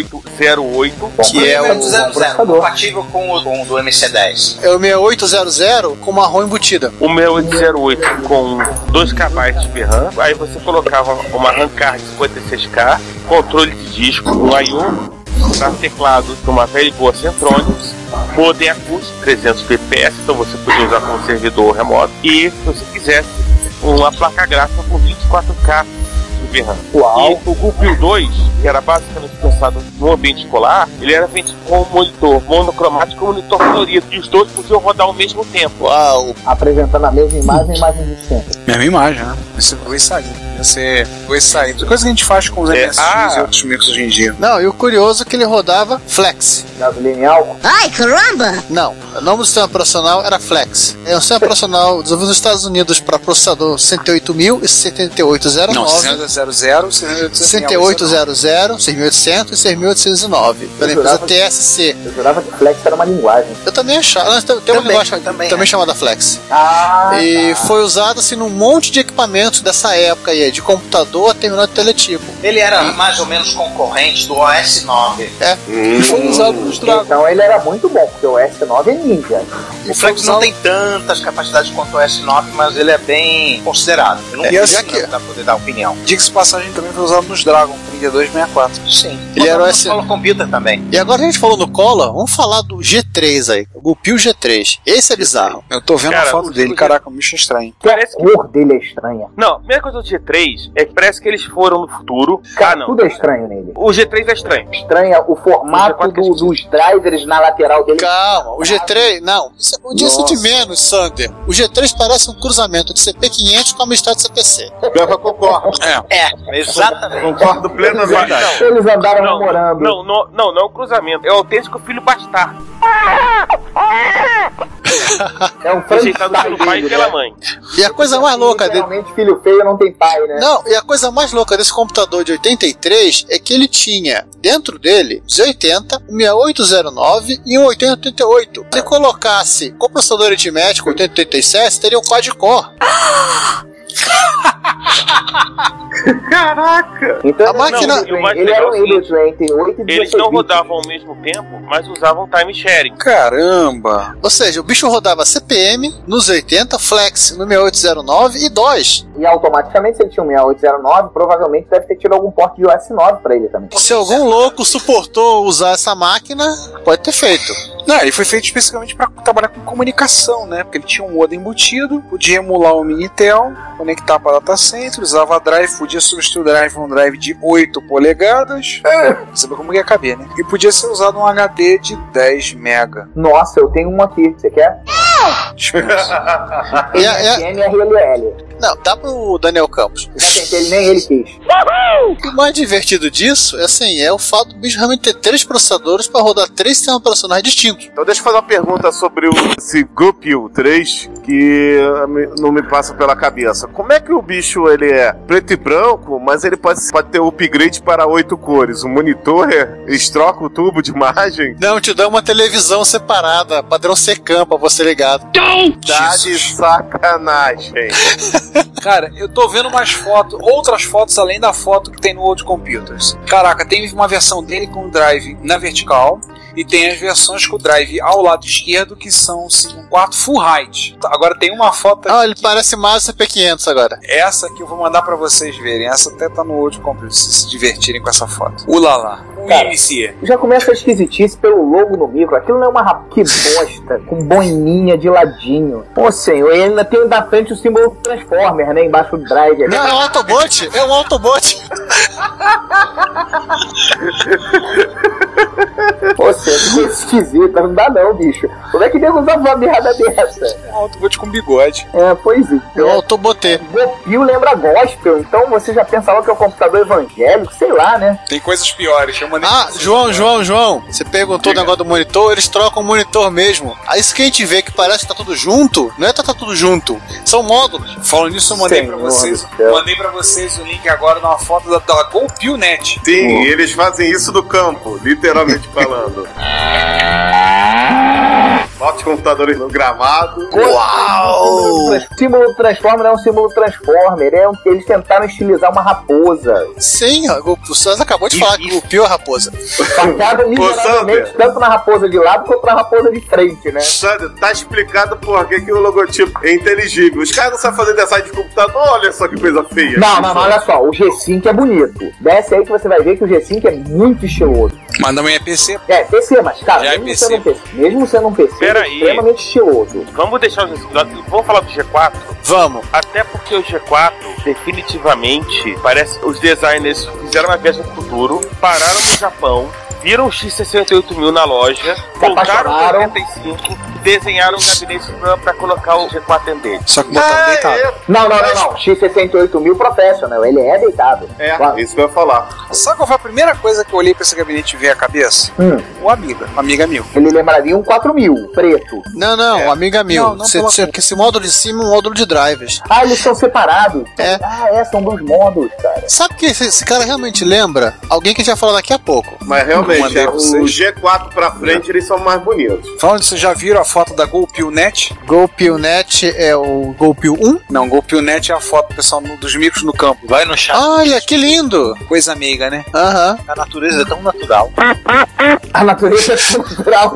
I: 6808,
D: Que é o-
P: 00, compatível com o, com o do MC10.
D: É o 6800 com marrom embutida.
I: o é 6808 com 2KB de RAM. Aí você colocava uma RAM card 56K, controle de disco, um I/O, pra teclado de uma velha e boa Centronics, modem acústico 300 PPS, então você podia usar como servidor remoto, e se você quisesse, uma placa gráfica com 24K de RAM.
N: Uau.
I: E o Google 2, que era basicamente pensado no ambiente escolar, ele era vendido com um monitor monocromático e um monitor colorido, e os dois podiam rodar ao mesmo tempo.
D: Uau!
N: Apresentando a mesma imagem, imagem distinta.
G: Mesma imagem, né? Você vai sair. Você vai sair. Coisa que a gente faz com os
I: É,
G: MSX
I: ah.
G: e outros micros hoje em dia.
D: Não, e o curioso é que ele rodava Flex.
N: Gasolina em álcool.
O: Ai, caramba!
D: Não, o nome do sistema operacional era Flex. É um sistema operacional desenvolvido nos Estados Unidos para processador 108000 e 7809.
G: 00,
D: um, 6800, 6800 e 6809, pela
N: Eu
D: empresa
N: jurava-
D: TSC.
N: Eu jurava que flex era uma linguagem. é.
D: Eu também achava. Não, Tem tem um negócio
G: é.
D: também, chamado Flex.
N: Ah,
D: E foi usado assim num monte de equipamentos dessa época aí, de computador a terminal de teletipo.
P: Ele era mais ou menos concorrente do OS9.
D: É.
P: Hum.
D: Foi usado nos Dragon.
N: então ele era muito bom, porque o S9 é ninja.
P: O Flex não tem tantas capacidades quanto o S9, mas ele é bem considerado. Eu não
G: É,
P: vi
G: já
P: assim,
G: que-
P: não, pra poder dar opinião.
G: Diga-se de passagem também foi usado nos Dragon 3264.
P: Sim.
D: Ele era o S-
P: Solo Computer também.
D: E agora que a gente falou do Cola, vamos falar do G3 aí, o Gupil G3. Esse é bizarro.
G: Eu tô vendo
I: Cara,
G: a foto
I: os-
G: dele, caraca, me achei estranho.
I: Parece
N: A cor dele é estranha.
I: Não, a primeira coisa do G3 é que parece que eles foram no futuro. Ah, não.
N: Tudo é estranho nele.
I: O G3 é estranho.
N: Estranha o
I: é
N: formato do- dos drivers na lateral dele.
D: Calma, o G3, não, isso é- o dia isso é de menos, Sander. O G3 parece um cruzamento de CP500 com a Amstrad CPC.
J: Eu concordo.
P: É, exatamente.
J: Concordo plenamente.
N: Eles andaram
I: Não,
N: Tá namorando.
I: não, não, não, não é um cruzamento. É o autêntico filho bastardo,
N: É um
I: rejeitado pelo pai e pela mãe.
D: E a coisa mais louca dele.
N: né? Realmente filho feio não tem pai, né?
D: Não, e a coisa mais louca desse computador de 83 é que ele tinha dentro dele 80, 6809 e um 8088. Se colocasse com processador aritmético 8087, teria um quad-core.
N: Então
D: A máquina-
N: ele,
I: o mais
N: ele era um
I: legal é o
N: híbrido entre 8 e 18
I: Eles não
N: bits.
I: rodavam ao mesmo tempo, mas usavam time sharing.
G: Caramba!
D: Ou seja, o bicho rodava CPM nos 80, Flex no 6809 e DOS.
N: E automaticamente, se ele tinha um 6809, provavelmente deve ter tido algum porte de OS 9 pra ele também.
D: Se algum louco suportou usar essa máquina, pode ter feito.
G: Não, ele foi feito especificamente para trabalhar com comunicação, né? Porque ele tinha um modem embutido, podia emular o Minitel, conectar para data center, usava drive, podia substituir o drive por um drive de 8 polegadas. É, sabe como que ia caber, né? E podia ser usado um HD de 10 mega.
N: Nossa, eu tenho um aqui. Você quer?
G: Deixa eu ver isso.
N: MRLL.
D: Não, dá pro Daniel Campos.
N: Já tentei, ele nem ele quis.
D: O que mais divertido disso é assim, é o fato do bicho realmente ter três processadores para rodar três sistemas operacionais distintos.
J: Então deixa eu fazer uma pergunta sobre o, esse GPU 3 que eh, me- não me passa pela cabeça. Como é que o bicho ele é preto e branco, mas ele pode, pode ter upgrade para oito cores? O monitor é, eles trocam o tubo de imagem?
D: Não, te dá uma televisão separada, padrão secam pra você ligado.
B: Então,
J: Tá de sacanagem.
G: Cara, eu tô vendo umas fotos, outras fotos além da foto que tem no Old Computers. Caraca, tem uma versão dele com o drive na vertical e tem as versões com o drive ao lado esquerdo que são assim, um quarto full height. Tá, Agora tem uma foto
D: Ah, ele parece mais CP500 agora.
G: essa que eu vou mandar pra vocês verem. Essa até tá no Old Computers, se se divertirem com essa foto. Ulala. O um
N: Cara.
G: IMC.
N: Já começa a esquisitice pelo logo no micro. Aquilo não é uma rap... Que bosta. Com boininha de ladinho. Pô, senhor, e ainda tem da frente o símbolo do Transformer, né? Embaixo do drive. ali.
D: Não, é um Autobot, é um Autobot.
N: Pô, senhor, que coisa esquisita. Não dá não, bicho. Como é que nego usa uma merda dessa?
G: Um Autobot com bigode.
N: É, pois é.
D: É um Autobotê.
N: Gopil lembra gospel, então você já pensava que é o computador evangélico, sei lá, né?
G: Tem coisas piores. Eu mandei
D: Ah, João, João, João, você perguntou o negócio do monitor, eles trocam o monitor mesmo. Aí isso que a gente vê que parece que tá tudo junto, não é que tá tudo junto, são módulos.
G: Falando nisso, eu mandei pra
N: Senhor
G: vocês.
N: do céu.
G: Mandei pra vocês o link agora numa foto da, da GoPilNet.
J: Sim, eles fazem isso do campo, literalmente falando. Bota os computadores no gramado.
N: Uau! Símbolo Transformer é um símbolo Transformer, é um, eles tentaram estilizar uma raposa.
D: Sim, o o Suas acabou de falar que o Pio é raposa.
N: Facada miseravelmente
J: Sander.
N: tanto na raposa de lado quanto na raposa de frente, né?
J: Sabe, tá explicado por que, que o logotipo é inteligível. Os caras não sabem fazer design de computador, olha só que coisa feia.
N: Não, não, não, olha só, o G5 é bonito. Desce aí que você vai ver que o G5 é muito estiloso.
G: Mandamos em EPC.
N: É, PC, mas cara,
G: Já é
N: mesmo,
G: PC.
N: Sendo um PC, mesmo sendo um PC, ele é
I: Peraí.
N: extremamente estiloso.
I: Vamos deixar os resultados. Vamos falar do G4.
D: Vamos.
I: Até porque o G4, definitivamente, parece que os designers fizeram uma viagem pro futuro, pararam no Japão, viram o X68000 na loja, voltaram
N: apaixonaram.
I: no 95, desenharam um gabinete pra, pra colocar o G4 dentro dele.
G: Só que botaram deitado.
N: Não, não, não, não. X68000 Professional, ele é deitado.
J: É, isso que eu ia falar.
G: Sabe qual foi a primeira coisa que eu olhei pra esse gabinete e vi a cabeça? Um
N: Hum.
G: O Amiga. O Amiga mil.
N: Ele lembraria um 4000, preto.
D: Não, não, amiga
G: Não,
D: meu,
G: não
D: cê-
G: pela
D: cê- porque esse módulo de cima é um módulo de drivers.
N: Ah, eles são separados.
D: É.
N: Ah, é, são dois módulos, cara.
D: Sabe o que esse, esse cara realmente lembra? Alguém que a gente vai falar daqui a pouco.
J: Mas realmente, é, o G4 pra frente eles são mais bonitos.
G: Falando disso, vocês já viram a foto da GoPilNet?
D: GoPioNet é o GoPio 1?
G: Não, GoPilNet é a foto do pessoal no- dos micros no campo. Vai no chat.
D: Olha, que lindo!
G: Coisa amiga, né?
D: Aham.
P: A natureza é tão natural.
N: A natureza é cultural.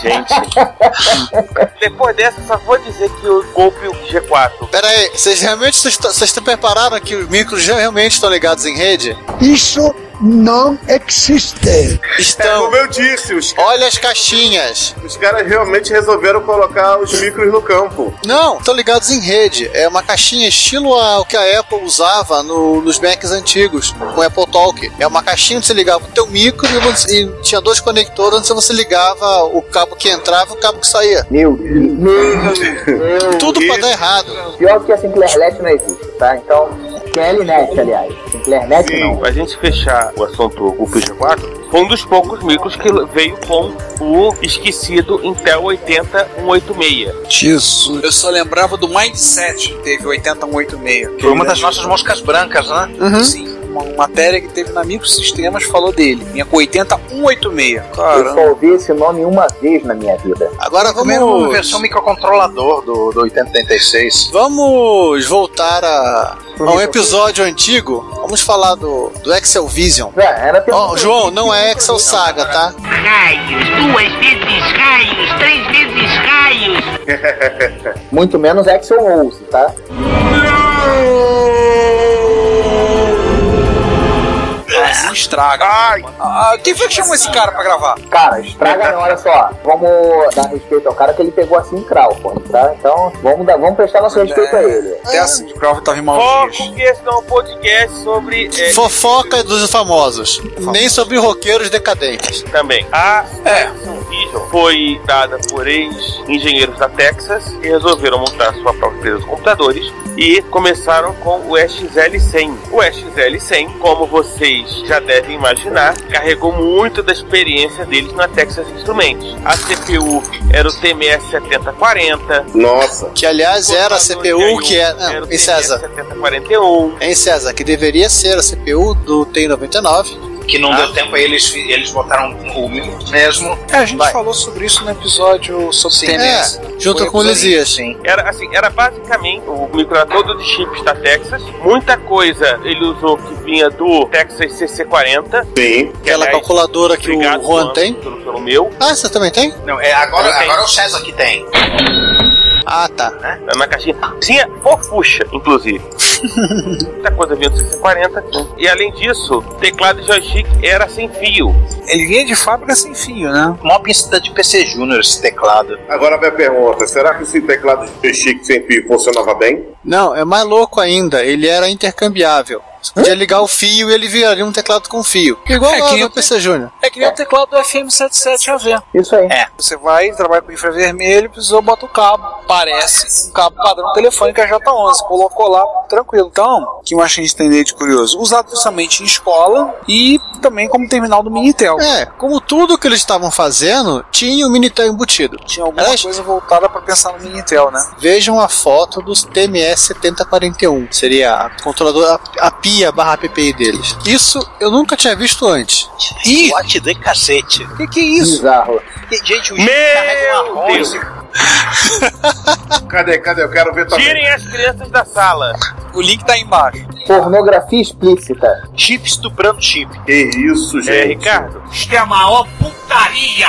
I: Gente. Depois dessa, só vou dizer que o golpe o G4.
D: Pera aí, vocês realmente vocês t- vocês te prepararam que os micros já realmente estão ligados em rede?
O: Isso não existe.
J: É,
D: Estão.
J: como eu disse, os, ca-
D: Olha as caixinhas.
J: os caras realmente resolveram colocar os micros no campo.
D: Não, estão ligados em rede. É uma caixinha estilo a- o que a Apple usava no- nos Macs antigos, com o Apple Talk. É uma caixinha onde você ligava o teu micro e, você- e tinha dois conectores onde você ligava o cabo que entrava e o cabo que saía.
N: Meu Deus. Meu Deus.
D: Tudo pra
J: isso.
D: dar errado.
N: Pior que a Sinclairnet não existe, tá? Então, KLNet, aliás. Sinclairnet
J: Sim.
N: não.
I: Pra gente fechar o assunto golpe G4, foi um dos poucos micros que veio com o esquecido Intel 80186.
G: Jesus. Eu só lembrava do Mindset. que Teve 80186.
D: Uhum.
P: Foi uma das nossas moscas brancas, né?
G: Sim. uma matéria que teve na Microsistemas, falou dele. Vinha com 80186.
N: Eu só ouvi esse nome uma vez na minha vida.
D: Agora
E: Primeiro,
D: vamos.
E: versão microcontrolador do, do 8086.
D: Vamos voltar a, a um episódio antigo. Vamos falar do, do Excel Vision.
N: É,
D: Ó, João, não é Excel Saga, tá?
B: Raios, duas vezes raios, três vezes raios.
N: Muito menos Action Rose, tá?
G: Assim estraga. Ah, quem foi que chamou esse cara pra gravar?
N: Cara, estraga não, olha só. Vamos dar respeito ao cara que ele pegou assim em Crawford, tá? Então vamos, dar, vamos prestar nosso respeito
G: É,
N: a ele.
G: Essa de Crawford tava em maus dias.
I: Foco que esse não é um podcast sobre. é,
D: Fofoca dos famosos. Nem sobre roqueiros decadentes.
I: Também. A
D: É.
I: Exxon Vision foi dada por ex-engenheiros da Texas que resolveram montar sua própria empresa de computadores e começaram com o XL100. O XL100, como vocês já devem imaginar, carregou muito da experiência deles na Texas Instruments. A CPU era o TMS7040,
J: Nossa.
D: Que aliás era a CPU que é.
I: era
D: Não,
I: o
D: hein, César?
I: TMS7041.
D: Hein, César? Que deveria ser a CPU do TI-99.
E: Que não deu tempo, aí eles, eles botaram o mesmo.
G: É, a gente
E: Vai.
G: falou sobre isso no episódio sobre TMS.
D: É, junto
G: Foi
D: com o
G: episódio-
D: Lisias.
E: Sim.
I: Era assim, era basicamente o microcontrolador todo de chips da Texas. Muita coisa ele usou que vinha do Texas CC40.
J: Sim.
I: que,
D: Aquela
I: aliás,
D: é calculadora que o
I: obrigado,
D: Juan
I: Juan,
D: tem.
I: Pelo, pelo meu.
D: Ah, você também tem?
E: Não, é, agora,
I: Tem.
E: agora é o César que tem.
D: Ah, tá.
I: né? Na caixinha. Tinha fofucha, inclusive. Muita coisa vinha do CC40. E além disso, teclado e joystick era sem fio.
G: Ele vinha de fábrica sem fio, né?
E: Mó pincelada de PC Júnior esse teclado.
J: Agora minha pergunta, será que esse teclado de chique sem fio funcionava bem?
D: Não, é mais louco ainda. Ele era intercambiavel. Você podia ligar o fio e ele viraria um teclado com fio. Igual
G: É,
D: lá
G: que nem
D: no
G: o
D: PC Júnior.
G: É que nem o teclado do FM77AV.
N: Isso aí.
G: Você vai, trabalha com infravermelho, precisou, bota o cabo. Parece um cabo padrão telefônico AJ11. Colocou lá, tranquilo. Então, o que eu achei de entender de curioso? Usado justamente em escola e também como terminal do Minitel.
D: É, como tudo que eles estavam fazendo, tinha o Minitel embutido.
G: Tinha alguma
D: Aliás-
G: coisa voltada pra pensar no Minitel, né?
D: Vejam a foto dos TMS7041. Seria a controladora, a, a pia barra PPI deles. Isso eu nunca tinha visto antes.
P: Ih! What de cacete.
G: Que que é isso?
N: Bizarro.
P: E, Gente, o
I: Meu
P: carrega uma
I: Deus!
P: rosa.
J: Cadê, cadê? Eu quero ver também.
I: Tirem as crianças da sala.
G: O link tá aí embaixo.
N: Pornografia explícita.
P: Chip estuprando chip.
J: Que isso,
I: É,
J: gente.
I: Ricardo.
B: Isto é a maior putaria.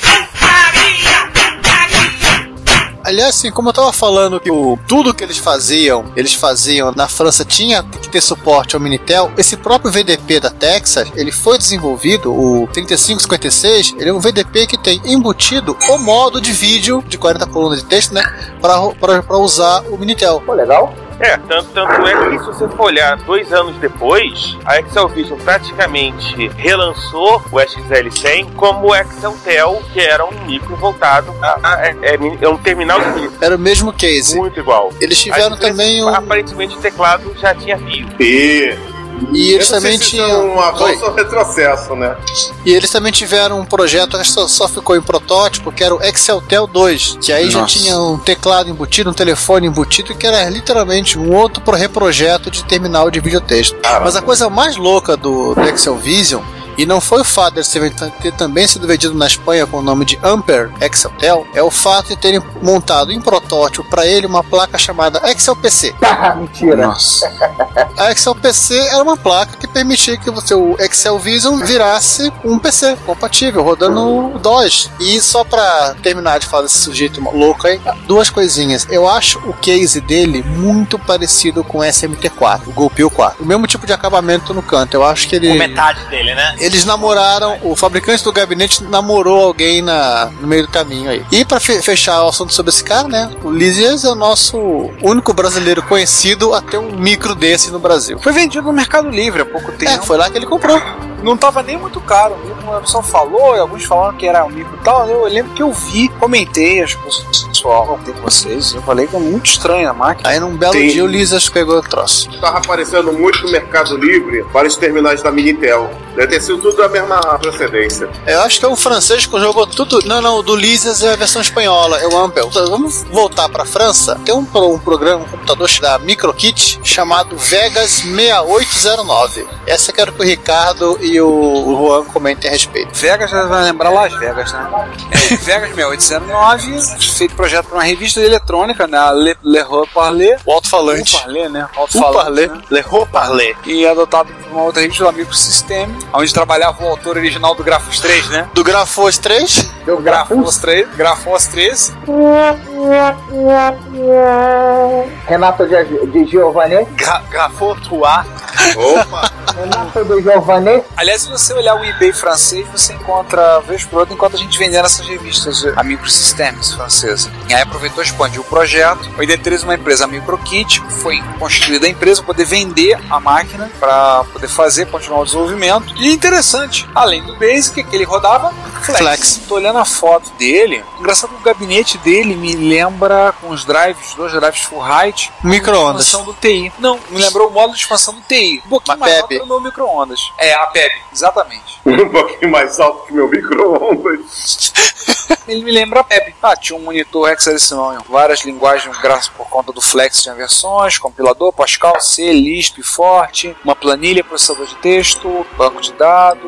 B: Putaria, putaria.
D: Aliás, assim, como eu tava falando que o, tudo que eles faziam, eles faziam na França tinha que ter suporte ao Minitel, esse próprio VDP da Texas, ele foi desenvolvido, o 3556, ele é um VDP que tem embutido o modo de vídeo de 40 colunas de texto, né, pra- pra pra usar o Minitel.
N: Pô, legal?
I: É, tanto, tanto é que se você for olhar dois anos depois, a Excel Vision praticamente relançou o XL100 como o Exceltel, que era um micro voltado a, a- é, é mini- é um terminal de micro,
D: Era o mesmo case.
I: muito igual.
D: Eles tiveram
I: As diferenças-
D: também um,
I: Aparentemente o teclado já tinha fio.
J: E...
D: e eles
J: Eu não sei
D: também
J: se isso é
D: tinham
J: um
D: Oi.
J: avanço ou retrocesso, né?
D: E eles também tiveram um projeto, acho que só- só ficou em protótipo, que era o Exceltel 2, que aí já
G: Nossa.
D: tinha um teclado embutido, um telefone embutido, que era literalmente um outro pro- reprojeto de terminal de videotexto. Mas a coisa mais louca do, do Excel Vision. E não foi o fato de ser, ter também sido vendido na Espanha com o nome de Ampere Exceltel, é o fato de terem montado em protótipo para ele uma placa chamada Excel PC.
N: Ah, mentira.
G: Nossa. É,
D: A Excel PC era uma placa que permitia que o seu Excel Vision virasse um PC compatível, rodando o DOS. E só pra terminar de falar desse sujeito louco aí, duas coisinhas. Eu acho o case dele muito parecido com o SMT4, o Golpio 4. O mesmo tipo de acabamento no canto. Eu acho que
P: Com
D: ele.
P: metade dele, né?
D: Eles namoraram, o fabricante do gabinete namorou alguém na, no meio do caminho aí. E pra fe- fechar o assunto sobre esse cara, né? O Lizias é o nosso único brasileiro conhecido a ter um micro desse no Brasil.
G: Foi vendido no Mercado Livre há pouco tempo.
D: É, foi lá que ele comprou.
G: Não tava nem muito caro. Como a pessoa falou, e alguns falaram que era um micro e tal. Eu lembro que eu vi, comentei, as pessoas pessoal, contei com vocês. Eu falei que é muito estranho a máquina. Aí num belo
J: Tem.
G: dia o Lisas pegou o troço.
J: Tava aparecendo muito no Mercado Livre vários terminais da Minitel. Deve ter sido tudo da mesma procedência.
D: Eu acho que é um francês que jogou tudo. Não, não, o do Lisas é a versão espanhola, é o Ampel. Então, vamos voltar pra França. Tem um, pro- um programa, um computador da MicroKit chamado Vegas 6809. Essa eu quero que o Ricardo e o, o Juan comentem a respeito.
G: Vegas já vai lembrar Las Vegas, né? É, Vegas 6809, feito projeto para uma revista de eletrônica, né? Le, Le Roi Parler.
D: O alto-falante.
G: O Parler, né? O
D: O Parler.
G: né?
D: Le Roi Parler.
G: E é adotado por uma outra revista do Amigo System, onde trabalhava o autor original do Grafos 3, né?
D: Do Grafos 3?
G: Do
N: Hum?
G: Grafos 3. Grafos 3.
N: Renato de, de Giovanni.
G: Gra, Grafos 3.
J: Opa!
N: Renato de Giovanni.
G: Aliás, se você olhar o eBay francês, você encontra, vez por outra, enquanto a gente vendendo essas revistas eh, a Microsystems francesa. E aí aproveitou e expandiu o projeto. O ID3 é uma empresa a microkit, foi constituída a empresa para poder vender a máquina, para poder fazer, continuar o desenvolvimento. E interessante, além do Basic, que ele rodava Flex.
D: Flex.
G: Tô olhando a foto dele. Engraçado que o gabinete dele me lembra com os drives, dois drives full height,
D: Micro-ondas.
G: expansão do TI. Não, me lembrou o módulo de expansão do TI. Um pouquinho mais alto que o meu micro-ondas. É, a PEB, exatamente.
J: Um pouquinho mais alto que meu micro-ondas.
G: Ele me lembra a PEB. Ah, tinha um monitor hexadecimal, várias linguagens, graças por conta do Flex tinha versões, compilador, Pascal, C, Lisp, Forte, uma planilha, processador de texto, banco de dados,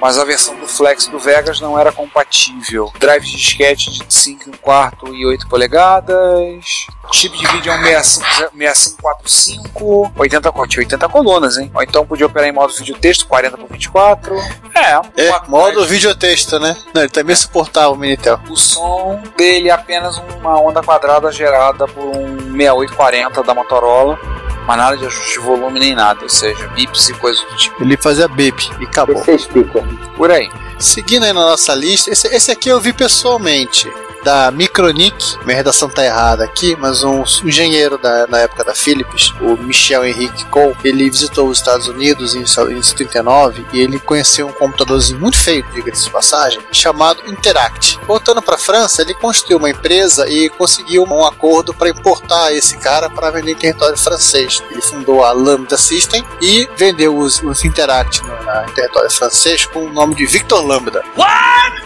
G: mas a versão do Flex do Vegas não era compatível. Drive de disquete de 5 1 quarto e 8 polegadas, chip de vídeo é um 65 6545, 80, col- tinha 80 colunas, hein? Ou então podia operar em modo vídeo texto, 40 por 24. É,
D: É,
G: quatro-
D: modo videotexto, né? Não, ele também suportava o Minitel.
G: o som dele é apenas uma onda quadrada gerada por um 6840 da Motorola, mas nada de ajuste de volume nem nada, ou seja, bips e coisas do tipo.
D: Ele fazia bip e acabou.
N: Você explica.
G: Por aí.
D: Seguindo aí na nossa lista, esse, esse aqui eu vi pessoalmente. Da Micronic, minha redação tá errada aqui, mas um s- engenheiro da, na época da Philips, o Michel Henrique Cole, ele visitou os Estados Unidos em, so- em 79 e ele conheceu um computadorzinho muito feio, diga-se de passagem, chamado Interact. Voltando para França, ele construiu uma empresa e conseguiu um acordo para importar esse cara para vender em território francês. Ele fundou a Lambda System e vendeu os, os Interact no, na, em território francês com o nome de Victor Lambda.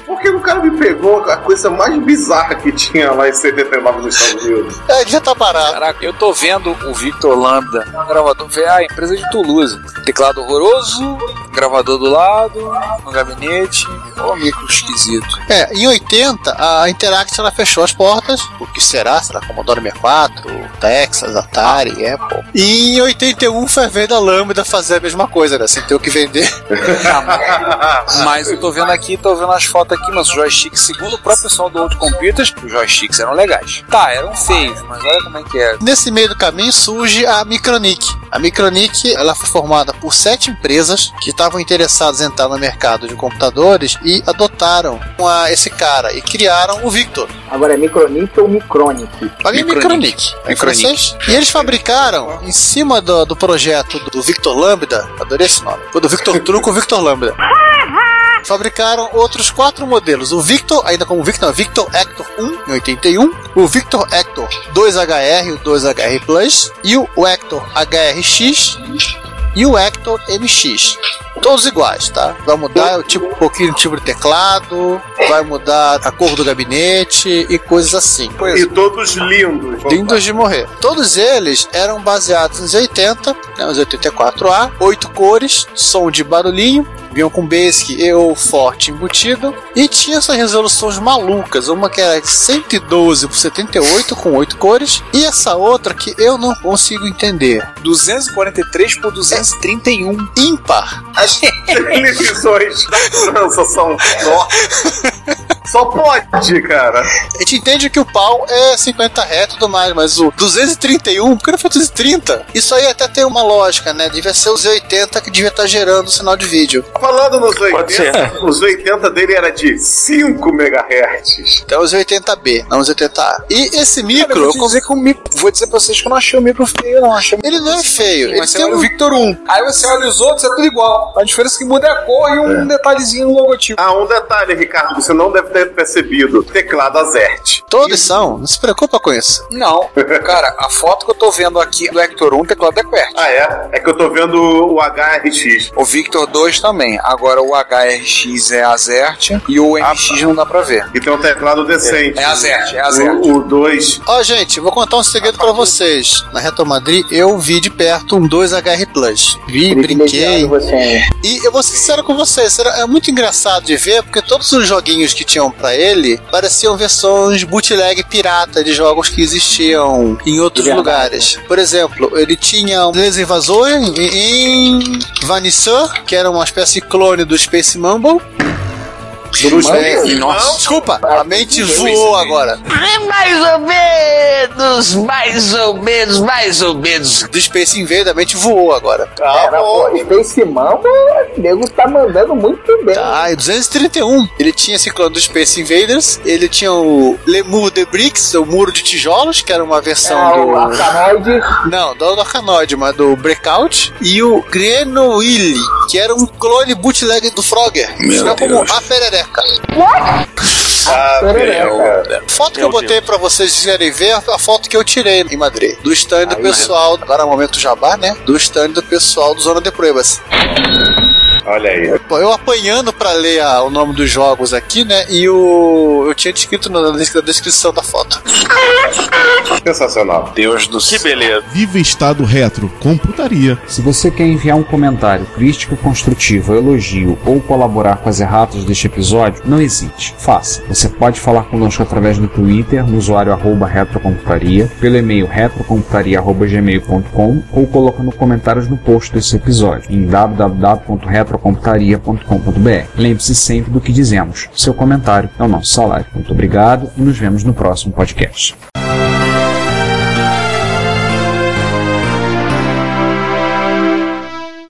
J: Por que o cara me pegou a coisa mais bizarra que tinha lá em 79 nos Estados Unidos?
D: É, devia estar parado.
G: Caraca, eu tô vendo o Victor Lambda, um gravador VA, empresa de Toulouse. Teclado horroroso, gravador do lado, no gabinete, ô micro esquisito.
D: É, em 80, a Interact ela fechou as portas. O que será? Será Commodore 64, Texas, Atari, Apple. E em 81 foi a vez da Lambda fazer a mesma coisa, né? Sem ter o que vender.
G: Mas eu tô vendo aqui, tô vendo as fotos aqui, mas os joysticks, segundo o próprio pessoal do Old Computers, os joysticks eram legais. Tá, eram feios, mas olha como é que é.
D: Nesse meio do caminho surge a Micronic. A Micronic ela foi formada por sete empresas que estavam interessadas em entrar no mercado de computadores e adotaram a- esse cara e criaram o Victor.
N: Agora é Micronic ou Micronic?
D: Paguei Micronic. É em francês. E eles fabricaram, em cima do, do projeto do Victor Lambda, adorei esse nome, foi do Victor Truco, Victor Lambda. Fabricaram outros quatro modelos. O Victor, ainda como Victor, não, Victor Hector 1 em 81, o Victor Hector 2HR, o 2HR Plus, e o Hector HRX e o Hector MX. Todos iguais, tá? Vai mudar o tipo, um pouquinho o tipo de teclado, vai mudar a cor do gabinete e coisas assim.
G: é.
J: E todos lindos.
D: Lindos um de morrer. Todos eles eram baseados nos 80, né, os 84A, oito cores, som de barulhinho, vinham com basic e ou forte embutido, e tinha essas resoluções malucas, uma que era de 112 por 78 com oito cores, e essa outra que eu não consigo entender.
G: 243 por 231.
D: Ímpar.
J: As televisões da França são nó. Só pode, cara.
D: A gente entende que o pau é 50 ré e tudo mais, mas o 231, por que não foi 230? Isso aí até tem uma lógica, né? Devia ser os 80 que devia estar gerando o sinal de vídeo.
J: Falando nos
I: ser.
J: 80, os 80 dele era de 5 MHz.
D: Até os 80B, não os 80A. E esse micro,
G: Cara, eu
D: eu
G: vou,
D: con-
G: dizer que o micro, vou dizer pra vocês que eu não achei o micro feio, não. Achei
D: ele não é feio. Ele
G: assim, Mas
D: tem
G: olha
D: um
G: o
D: Victor 1.
G: Aí você olha os outros, é tudo igual. A diferença é que muda é a cor e um detalhezinho no logotipo.
J: Ah, um detalhe, Ricardo, você não deve ter ter percebido. Teclado Azerte.
D: Todos são, não se preocupa com isso.
G: Não, cara, a foto que eu tô vendo aqui do Hector 1, teclado é QWERTY.
J: Ah, é? É que eu tô vendo o HRX.
G: O Victor 2 também. Agora o HRX é Azerte e o MX não dá pra ver.
J: Então o teclado decente.
G: É, é Azerte, é Azerte.
J: O 2.
D: Ó, gente, vou contar um segredo pra vocês. Na Reto Madrid, eu vi de perto um 2HR Plus. Vi, brinquei. E eu vou ser sincero com vocês, era, é muito engraçado de ver, porque todos os joguinhos que tinham pra ele pareciam versões bootleg pirata de jogos que existiam em outros lugares. Por exemplo, ele tinha um Les Invasores em Vanisseur, que era uma espécie de clone do Space Mumble.
G: Bruce
D: É,
G: Lee,
D: não,
G: nossa.
D: desculpa, a mente voou agora.
B: Mais ou menos, mais ou menos, mais ou menos.
D: Do Space Invader, a mente Ah, voou agora. É,
N: Era, pô, Space Mambo, o nego tá mandando muito bem.
D: Ah, e 231. Ele tinha esse clone do Space Invaders. Ele tinha o Lemur de Bricks, o Muro de Tijolos, que era uma versão
N: É,
D: do.
N: o Arcanoid.
D: Não, não do Arcanoid, mas do Breakout. E o Grenoille, que era um clone bootleg do Frogger. Meu como a perereca.
J: Ah,
N: Perereca.
D: Foto que
I: Meu
D: eu botei pra vocês irem ver é a foto que eu tirei em Madrid. Do stand do pessoal. Agora é o momento jabá, né? Do stand do pessoal do Zona de Pruebas.
J: Olha aí.
D: Pô, eu apanhando pra ler a- o nome dos jogos aqui, né? E o. Eu tinha escrito na, na descrição da foto.
J: Sensacional.
G: Deus do céu.
I: Que beleza.
Q: Viva Estado Retro, com putaria.
R: Se você quer enviar um comentário crítico, construtivo, elogio ou colaborar com as erratas deste episódio, não hesite, faça. Você pode falar conosco através do Twitter, no usuário arroba retrocomputaria, pelo e-mail retrocomputaria.gmail.com ou colocando comentários no post desse episódio em www.retrocomputaria.com.br. Lembre-se sempre do que dizemos. Seu comentário é o nosso salário. Muito obrigado e nos vemos no próximo podcast.